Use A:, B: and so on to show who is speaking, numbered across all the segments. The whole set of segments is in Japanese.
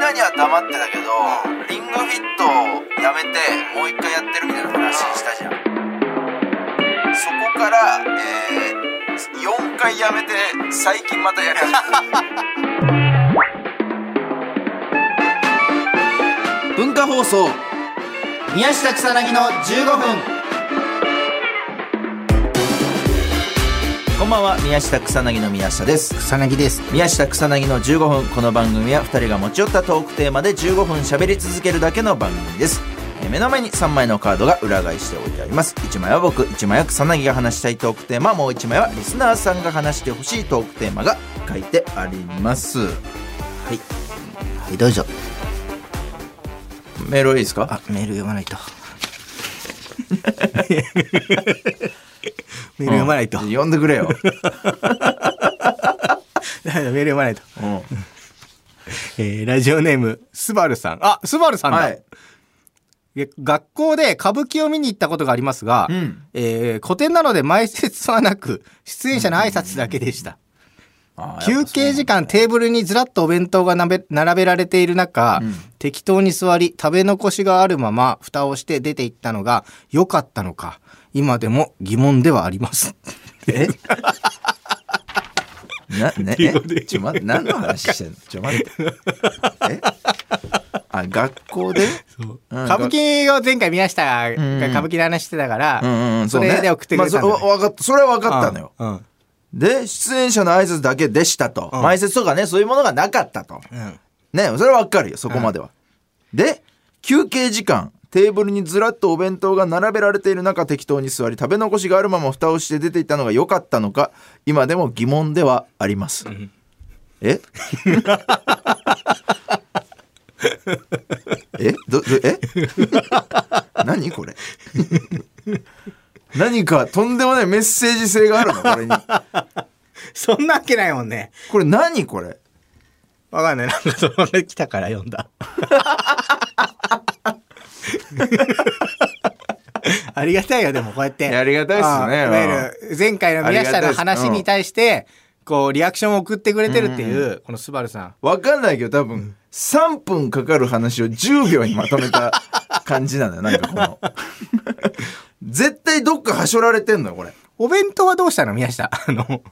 A: 前には黙ってたけど、リングフィットをやめて、もう一回やってるみたいな話したじゃん。そこから、えー、4回やめて、最近またやり始めた。
B: 文化放送宮下草薙の15分
A: こんばんは、宮下草薙の宮下です。
B: 草薙です
A: 宮下草薙の15分この番組は2人が持ち寄ったトークテーマで15分喋り続けるだけの番組ですえー目の前に3枚のカードが裏返しておいてあります1枚は僕1枚は草薙が話したいトークテーマもう1枚はリスナーさんが話してほしいトークテーマが書いてありますはい
B: はいどうぞ
A: メールいいですか
B: あメール読ま ないとメール読まないと、
A: う
B: だ
A: ん読んでく れよ、
B: めだメール読まないと、
A: うん
B: えー、ラジオネームスバルさんあスバルさんだ、
A: はい
B: え学校で歌舞伎を見に行ったことがありますが、
A: うん
B: えー古典なので前説はなく出演者の挨拶だけでした、
A: あーやっ
B: 休
A: ぱそう
B: 憩時間テーブルにずらっとお弁当が並べ並べられている中、
A: うん
B: 適当に座り食べ残しがあるまま蓋をして出て行ったのが良かったのか今でも疑問ではあります。
A: えな、ね、え、 ちょ、ま、何の話してんのちょ、待って。 えあ、学校でうん
B: 歌舞伎を前回宮下が
A: んうん
B: 歌舞伎の話してたから、
A: うんうん、
B: そう
A: ね
B: れで送ってくれたんだ、
A: まあそわかっそれは分かったのよ。
B: うん。うん
A: で、出演者の挨拶だけでしたと。
B: うん
A: 前説とかね、そういうものがなかったと。
B: うん
A: ね、それは分かるよ、そこまでは。で、休憩時間。テーブルにずらっとお弁当が並べられている中適当に座り食べ残しがあるまま蓋をして出ていったのが良かったのか今でも疑問ではあります、ええどどえ何これ何かとんでもないメッセージ性があるのこれに
B: そんなわけないもんね。
A: これ何これ
B: わかんない。なんかそのまま来たから読んだ。 ありがたいよ、でもこうやって。
A: いやありがたいっすね
B: あいわゆる、前回の宮下の話に対して、こう、リアクションを送ってくれてるっていう、このスバルさん。
A: わかんないけど多分3分かかる話を10秒にまとめた感じなのよなんかこ の絶対どっかはしょられてんのよこれ
B: お弁当はどうしたの宮下。 あの、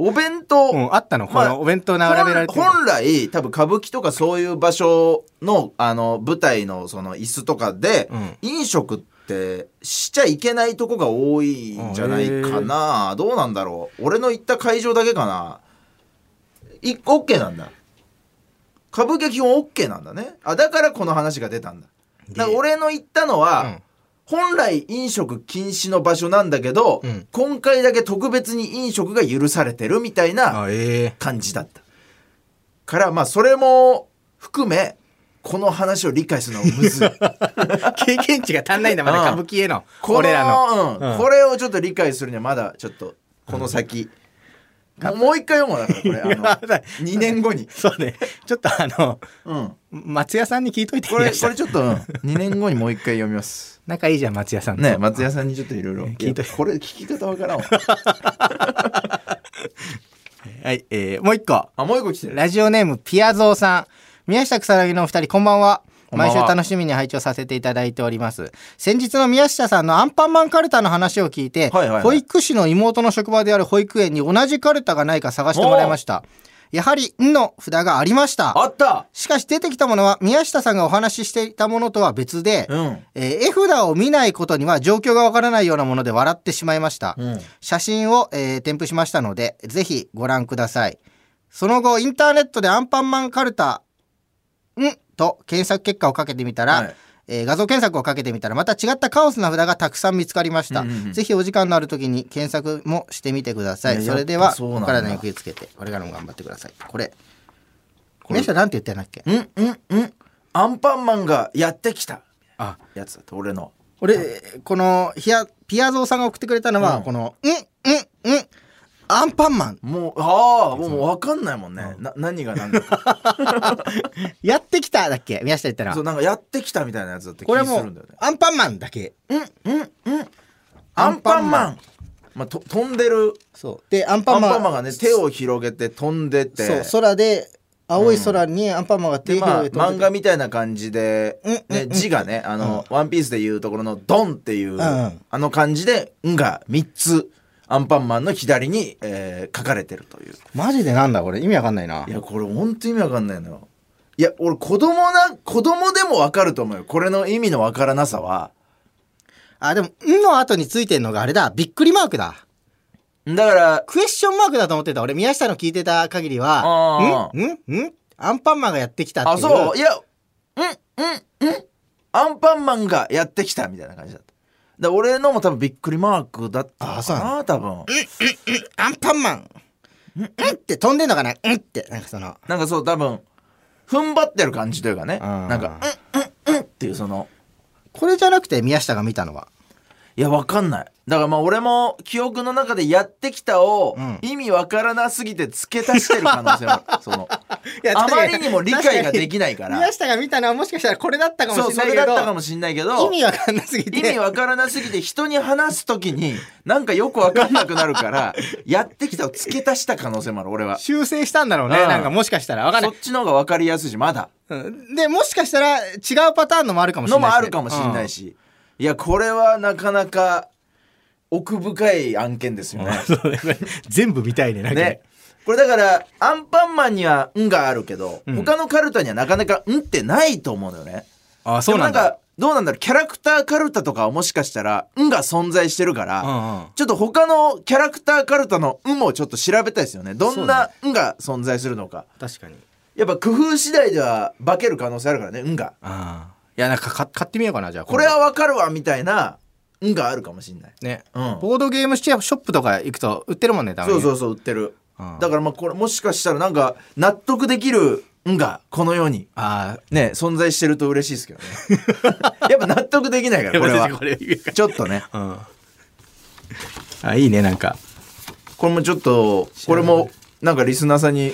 A: お弁当、
B: うん、あったのこ
A: まあ
B: のお弁当並べられてる
A: 本。本来多分歌舞伎とかそういう場所のあの舞台のその椅子とかで、
B: うん
A: 飲食ってしちゃいけないとこが多いんじゃないかなどうなんだろう俺の行った会場だけかない OK なんだ歌舞伎は基本 OK なんだねあだからこの話が出たんだだから俺の行ったのは、
B: うん
A: 本来飲食禁止の場所なんだけど、
B: うん
A: 今回だけ特別に飲食が許されてるみたいな
B: あ、ええ
A: 感じだったからまあそれも含めこの話を理解するのはむずい
B: 経験値が足んないんだ、まだ
A: うん
B: 歌舞伎への。
A: こ
B: 俺らの。
A: うん
B: うん
A: これをちょっと理解するにはまだちょっとこの先、もうもう一回読もうだから これあの2年後に、
B: そうね。ちょっとあの、
A: うん、
B: 松屋さんに聞いといて
A: これ
B: 宮
A: こ
B: 下
A: れちょっと、うん、2年後にもう一回読みます
B: 仲いいじゃん、松屋さんと。
A: ね松屋さんにちょっといろいろ
B: 聞いといて
A: これ 聞き方わから んわ
B: はい、えー、もう一個。
A: あもう一個来てる
B: ラジオネームピアゾーさん。宮下草薙のお二人、こんばんは。
A: こんばん
B: 毎
A: は
B: 週楽しみに拝聴させていただいております。先日の宮下さんのアンパンマンカルタの話を聞いて、
A: はいはいはい
B: 保育士の妹の職場である保育園に同じカルタがないか探してもらいました。やはり、んの札がありました。
A: あった
B: しかし出てきたものは宮下さんがお話ししていたものとは別で、
A: うん
B: えー絵札を見ないことには状況がわからないようなもので笑ってしまいました。
A: うん
B: 写真を、えー添付しましたので、ぜひご覧ください。その後、インターネットでアンパンマンカルタ、んと検索結果をかけてみたら、
A: はい
B: えー画像検索をかけてみたら、また違ったカオスな札がたくさん見つかりました。
A: うんうんうん
B: ぜひお時間のある時に検索もしてみてください。
A: ね
B: それで
A: やっ
B: は、
A: ぱそうなん
B: お
A: だ
B: 体に気をつけて、これからも頑張ってください。これ、
A: これ
B: 皆さんなんて言ってんだっけ
A: うんうんうんアンパンマンがやってきた
B: あ、
A: やつだった俺の
B: 俺このヒアピアゾーさんが送ってくれたのは、
A: うん
B: この「うんうんうんアンパンマン
A: もうああもう分かんないもんね、な何が何だ か
B: やってきた」だっけ宮下言ったら
A: そうなんかやってきたみたいなやつだった気
B: これは
A: が
B: も
A: するんだ
B: う
A: よね
B: アンパンマンだけ
A: うんうんアンパンマン
B: アン
A: まあ、と飛んでる
B: そうでアン
A: ア
B: パ
A: ン
B: ンマン
A: パンマンがね手を広げて飛んでて
B: そう空で青い空にアンパンマンが手
A: で
B: 広
A: まあ
B: げて、
A: 漫画みたいな感じで、
B: うんうんう
A: ね、
B: ん
A: 字がねあの、ワンピースでいうところの「ドン」っていう、
B: ん
A: あの感じで「ん」が3つアンパンマンの左に、えー書かれてるという
B: マジでなんだこれ意味わかんないない
A: やこれほんと意味わかんないのよいや俺子供な子供でもわかると思うよこれの意味のわからなさは
B: あでも「ん」の後についてんのがあれだびっくりマークだ
A: だから
B: クエスチョンマークだと思ってた俺宮下の聞いてた限りは
A: あ
B: 「
A: ー
B: んんんアンパンマンがやってきた」っていう
A: あそういやうんうんうんアンパンマンがやってきたみたいな感じだっただ俺のも多分びっくりマークだったの
B: あそう
A: か
B: な
A: な多分
B: アンパンマン。うんって飛んでんのかなうんって。なんかその。
A: なんかそう多分踏ん張ってる感じというかね
B: うん
A: なんかうんうんうんっていうその
B: これじゃなくて宮下が見たのは。
A: いやわかんないだからまあ俺も記憶の中でやってきたを
B: うん
A: 意味わからなすぎて付け足してる可能性もあるそのあまりにも理解ができないから
B: 宮下が見たのはもしかしたらこれだったか
A: そ
B: も
A: う
B: し
A: そ
B: れない
A: れ
B: け
A: だ
B: ど。
A: ったかもしんないけど
B: 意味わかんなすぎて。
A: 意味わからなすぎて人に話す時になんかよくわかんなくなるからやってきたを付け足した可能性もある俺は
B: 修正したんだろうね。
A: うん
B: なんかもしかしたら。わかんな
A: そ
B: い
A: っ。ちの方がわかりやすいしまだ
B: うんで、もしかしたら違うパターンのもあるかもしれ
A: の
B: ないしね、
A: もあるかもしれないし、いやこれはなかなか奥深い案件ですよね。
B: うん。 そうだね全部見たいね。なんかね
A: ねこれだからアンパンマンには「ん」があるけど、他のカルタにはなかなか「ん」ってないと思うのよね。
B: あ、そうなん
A: でも
B: だ。
A: かどうなんだろうキャラクターカルタとかはもしかしたら「ん」が存在してるから、
B: うんうん
A: ちょっと他のキャラクターカルタの「ん」もちょっと調べたいですよねど
B: そ
A: ん
B: う
A: な
B: だ
A: 「ん」が存在するのか
B: 確かに。
A: やっぱ工夫次第では化ける可能性あるからね「ん」が
B: ああ。いや、なんかか買ってみようかな、じゃあ。
A: これはわかるわみたいな「ん」があるかもしんない
B: ね、
A: うん
B: ボードゲームショップとか行くと売ってるもんね、多分
A: そ
B: ね
A: うそうそう売ってる
B: うん
A: だからまあこれもしかしたらなんか納得できる「ん」がこのように
B: ああ、
A: ね存在してると嬉しいですけどね やっぱ納得できないからこれは
B: これ
A: ちょっとね
B: うん。あ、いいね、なんか。
A: これもちょっとこれもなんかリスナーさんに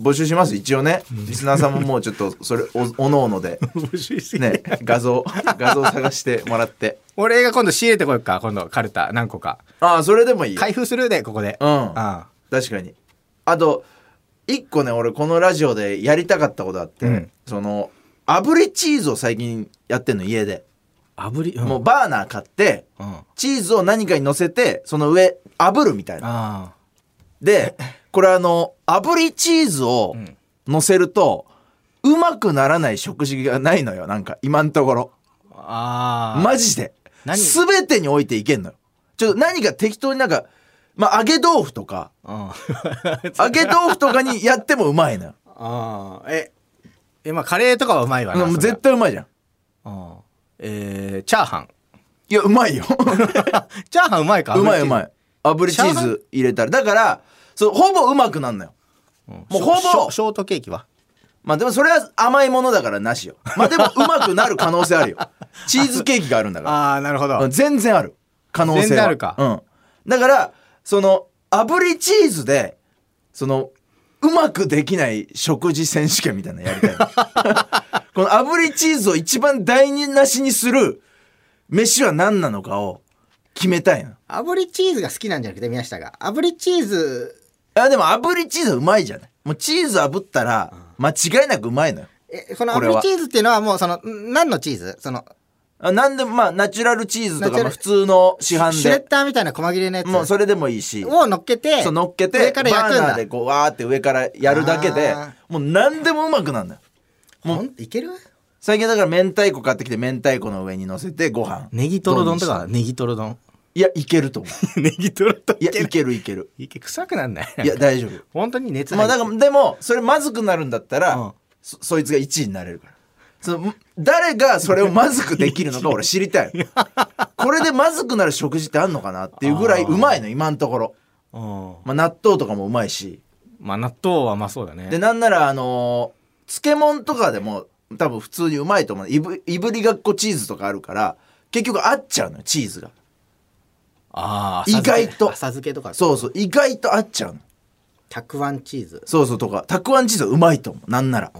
A: 募集します一応ねリスナーさんももうちょっとそれおおのおので
B: 募集し
A: ね、画像、画像探してもらって。
B: 俺が今度仕入れてこようか、今度、カルタ何個か。
A: ああ、それでもいいよ。
B: 開封するで、ここで。
A: う。
B: うんん。
A: 確かに。あと、一個ね、俺このラジオでやりたかったことあって、
B: うん
A: その、炙りチーズを最近やってんの、家で。
B: 炙り、
A: もうバーナー買って、
B: うん。あ
A: チーズを何かに乗せて、その上、炙るみたいな。
B: あ。
A: で、これあの、炙りチーズを
B: ん
A: 乗せると、うまくならない食事がないのよ、なんか、今のところ。
B: ああ。
A: マジで
B: 何
A: 全てにおいていけんのよちょっと何か適当になんか、まあ、揚げ豆腐とか
B: うん。
A: 揚げ豆腐とかにやってもうま いのよ
B: ああ。え、え、まあ、カレーとかはうまいわな。
A: もう
B: それ
A: 絶対うまいじゃん
B: うん。えー、チャーハン。
A: いやうまいよ
B: チャーハンうまいか
A: うまいうま
B: い。
A: い炙りチーズ入れたらだからそうほぼうまくなんのよ
B: も
A: もうほぼ
B: ショートケーキは。
A: まあでもそれは甘いものだからなしよまあでもうまくなる可能性あ るよチーズケーキがあるんだから
B: ああ、なるほど。
A: うん全然ある可能性は
B: 全然あるか
A: うん、だからその炙りチーズでそのうまくできない食事選手権みたいなのやりたい のこの炙りチーズを一番台無しにする飯は何なのかを決めたいの
B: 炙りチーズが好きなんじゃなくて、宮下が。炙りチーズ、
A: あでも炙りチーズはうまいじゃないもうチーズ炙ったら間違いなくうまいのよ
B: え、この
A: これ
B: 炙
A: は
B: りチーズっていうのはもうその、ん何のチーズその、
A: あなんでもまあナチュラルチーズと
B: ナ
A: か
B: チュラル
A: まあ普通の市販
B: シュレッ
A: で
B: ダーみたいな細切れのやつ
A: もうそれでもいいし
B: を乗っけて、
A: そう乗っけて
B: 上から焼
A: バ
B: く
A: ーナー
B: ん
A: で
B: だ。
A: こうわーって上からやるだけで
B: あ
A: もう何でもうまくなるんだよ
B: ほんいける
A: 最近だから明太子買ってきて明太子の上に乗せてご飯
B: ネギトロ丼と
A: どう
B: か
A: にし
B: ネギトロ丼。
A: たいやいけると思
B: ネギトロ 丼
A: ういやいけるいける
B: いけ、臭くなんない
A: いや大丈
B: 本当に熱
A: 夫まあだ
B: か
A: からでもそれまずくなるんだったら、
B: うん
A: そそいつが1位になれるからその誰がそれをまずくできるのか俺知りた いこれでまずくなる食事ってあんのかなっていうぐらいうまいの今のところ、
B: うん。
A: まあ、納豆とかもうまいし
B: まあ納豆はまあそうだね。
A: でなんならあのー漬物とかでも多分普通にうまいと思ういぶいぶりがっこチーズとかあるから結局合っちゃうのよチーズが
B: あ
A: 意外と
B: 浅漬けとか。う。
A: そうそう意外と合っちゃうの
B: たくあんチーズ。
A: そうそうとかたくあんチーズはうまいと思うなんなら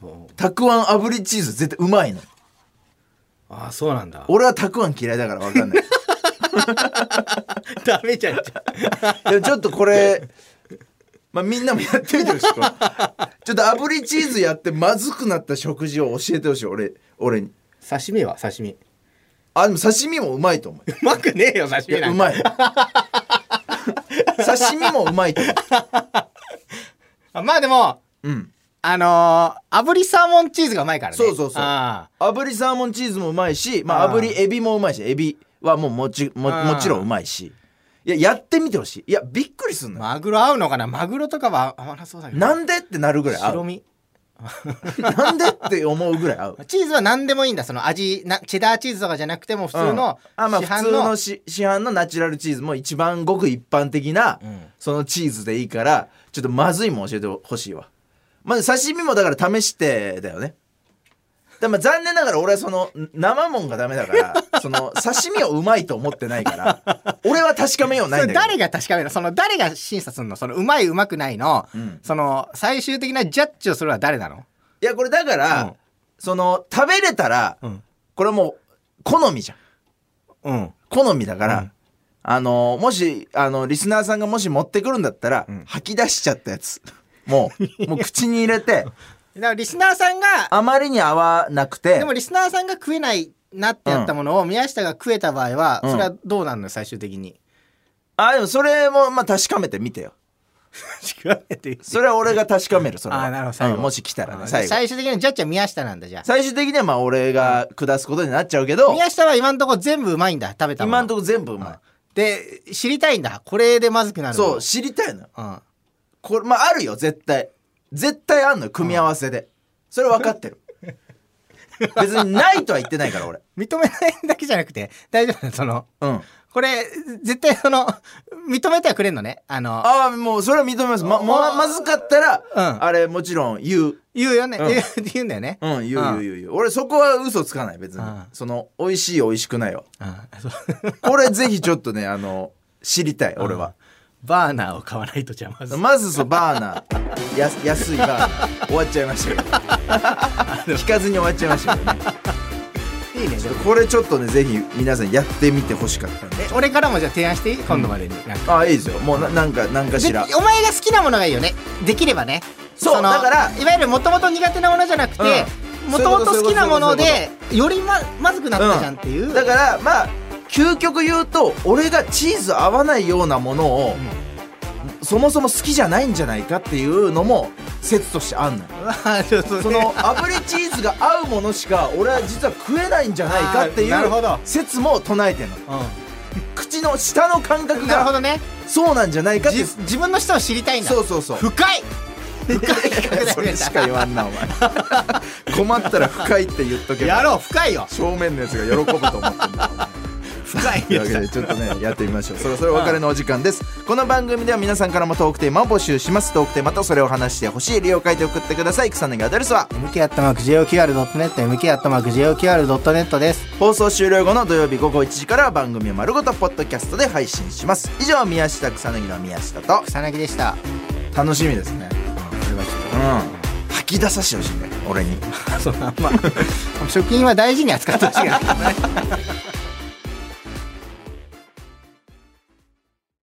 B: そう
A: たくあん炙りチーズ絶対うまいの
B: ああ、そうなんだ。
A: 俺はたくあん嫌いだから分かん ない
B: ダメじゃん。
A: でもちょっとこれまあ、みんなもやってみてほしいこれちょっと炙りチーズやってまずくなった食事を教えてほしい俺俺に
B: 刺身は刺身。
A: あでも刺身もうまいと思う
B: うまくねえよ、刺
A: いや
B: 身な
A: うん
B: か。
A: まい 刺身もうまいと思
B: あまあでも、
A: ううん
B: あのー、炙りサーモンチーズがうまいからね。
A: そうそうそう
B: あ
A: 炙りサーモンチーズもうまいし、まあ、
B: あー
A: 炙りエビもうまいしエビはもうもちも
B: あー
A: もちろんうまいしいややってみてほしいいやびっくりすん
B: ー
A: のよ、
B: マグロ合うのかなマグロとかは合わなそうだけど。
A: なんでってなるぐらい合
B: 白
A: う
B: 身。
A: なんでって思うぐらい合う
B: チーズは何でもいいんだ。その味、なチェダーチーズとかじゃなくても普通の、
A: うんあまあ
B: 市
A: 普
B: 販
A: 通
B: の
A: の。し市販のナチュラルチーズも一番ごく一般的な、
B: うん
A: そのチーズでいいからちょっとまずいもん教えてほしいわまず刺身もだから試してだよねでも残念ながら俺はそのん生もんがダメだから その刺身をうまいと思ってないから俺は確かめようない
B: そ
A: ん
B: れ
A: だけ
B: 誰が確かめるのその誰が審査するのそのうまいうまくないの、
A: ん
B: その最終的なジャッジをするのは誰なの
A: どいやこれだから、
B: うん
A: その食べれたら、
B: うん
A: これもう好みじゃん
B: うん
A: 好みだから、
B: うん
A: あのもしあのリスナーさんがもし持ってくるんだったら、
B: うん
A: 吐き出しちゃったやつも うもう口に入れて
B: だからリスナーさんが
A: あまりに合わなくて
B: でもリスナーさんが食えないなってやったものを宮下が食えた場合は
A: うん
B: それはどうなるの最終的 に
A: あでもそれもまあ確かめてみてよ
B: 確かめて
A: それは俺が確かめるそれは
B: あーなるほど最後
A: うんもし来たらね最後
B: 最終的にジャッジは宮下なんだじゃ
A: 最終的にはまあ俺が下すことになっちゃうけ
B: あ
A: ど
B: 宮下は今んとこ全部うまいんだ食べたもの
A: 今んとこ全部うま
B: で知りたいんだこれでまずくないる
A: そう
B: の
A: 知りたいのよ
B: うん
A: これまああるよ絶対絶対あんのよ組み合わせでそれ分か ってる別にないとは言ってないから俺
B: 認めないだけじゃなくて大丈夫なのその
A: うん
B: これ絶対その認めてはくれんのねあの
A: ああもうそれは認めますまままずかったら、
B: うん
A: あれもちろん言う
B: 言うよね、
A: うん
B: 言う 言うんだよね、
A: うん言う
B: うん
A: 言う言う言う俺そこは嘘つかない別に、
B: うん
A: その美味しい美味しくないよ
B: あそう
A: これぜひちょっとねあの知りたい 俺は、
B: バーナーを買わないと邪魔ず
A: まずそうバーナーや安いバーナー終わっちゃいましたけど 聞かずに終わっちゃいましたけどね
B: いいねでも
A: これちょっとねぜひ皆さんやってみてほしかったんで
B: え俺からもじゃあ提案していい今度までに、なんか
A: ああいいですよもうななんかなんかしら
B: でお前が好きなものがいいよねできればね
A: そう
B: の
A: だから
B: いわゆるもともと苦手なものじゃなくて
A: うん
B: もともと好きなもの
A: そう
B: でよりままずくなったじゃんっていう、
A: だからまあ究極言うと俺がチーズ合わないようなものを、そもそも好きじゃないんじゃないかっていうのも説としてあんのよ
B: らちょっとね
A: その炙りチーズが合うものしか俺は実は食えないんじゃないかってい
B: あーなるほど
A: う説も唱えてんの口の下の感
B: う
A: 覚
B: ん、なるほ
A: が
B: どね
A: そうなんじゃないかって
B: じ自分の舌を知りたいんだ
A: そうそうそう
B: 深い深い企画だ
A: それしか言わんなお前 困ったら深いって言っとけ
B: や
A: ば
B: ろう深いよ
A: 正面のやつが喜ぶと思ってんだ
B: 深い
A: というわけでちょっとねやってみましょうそろそろお別れのお時間ですこの番組では皆さんからもトークテーマを募集しますトークテーマとそれを話してほしい理由を書いて送ってください草薙アドレスは
B: mk.joqr.net mk.joqr.net です
A: 放送終了後の土曜日午後1時からは番組を丸ごとポッドキャストで配信します以上宮下草薙の宮下と
B: 草薙でした
A: 楽しみですねうん吐き出させてほしいね俺に
B: 食品は大事に扱ってほしいから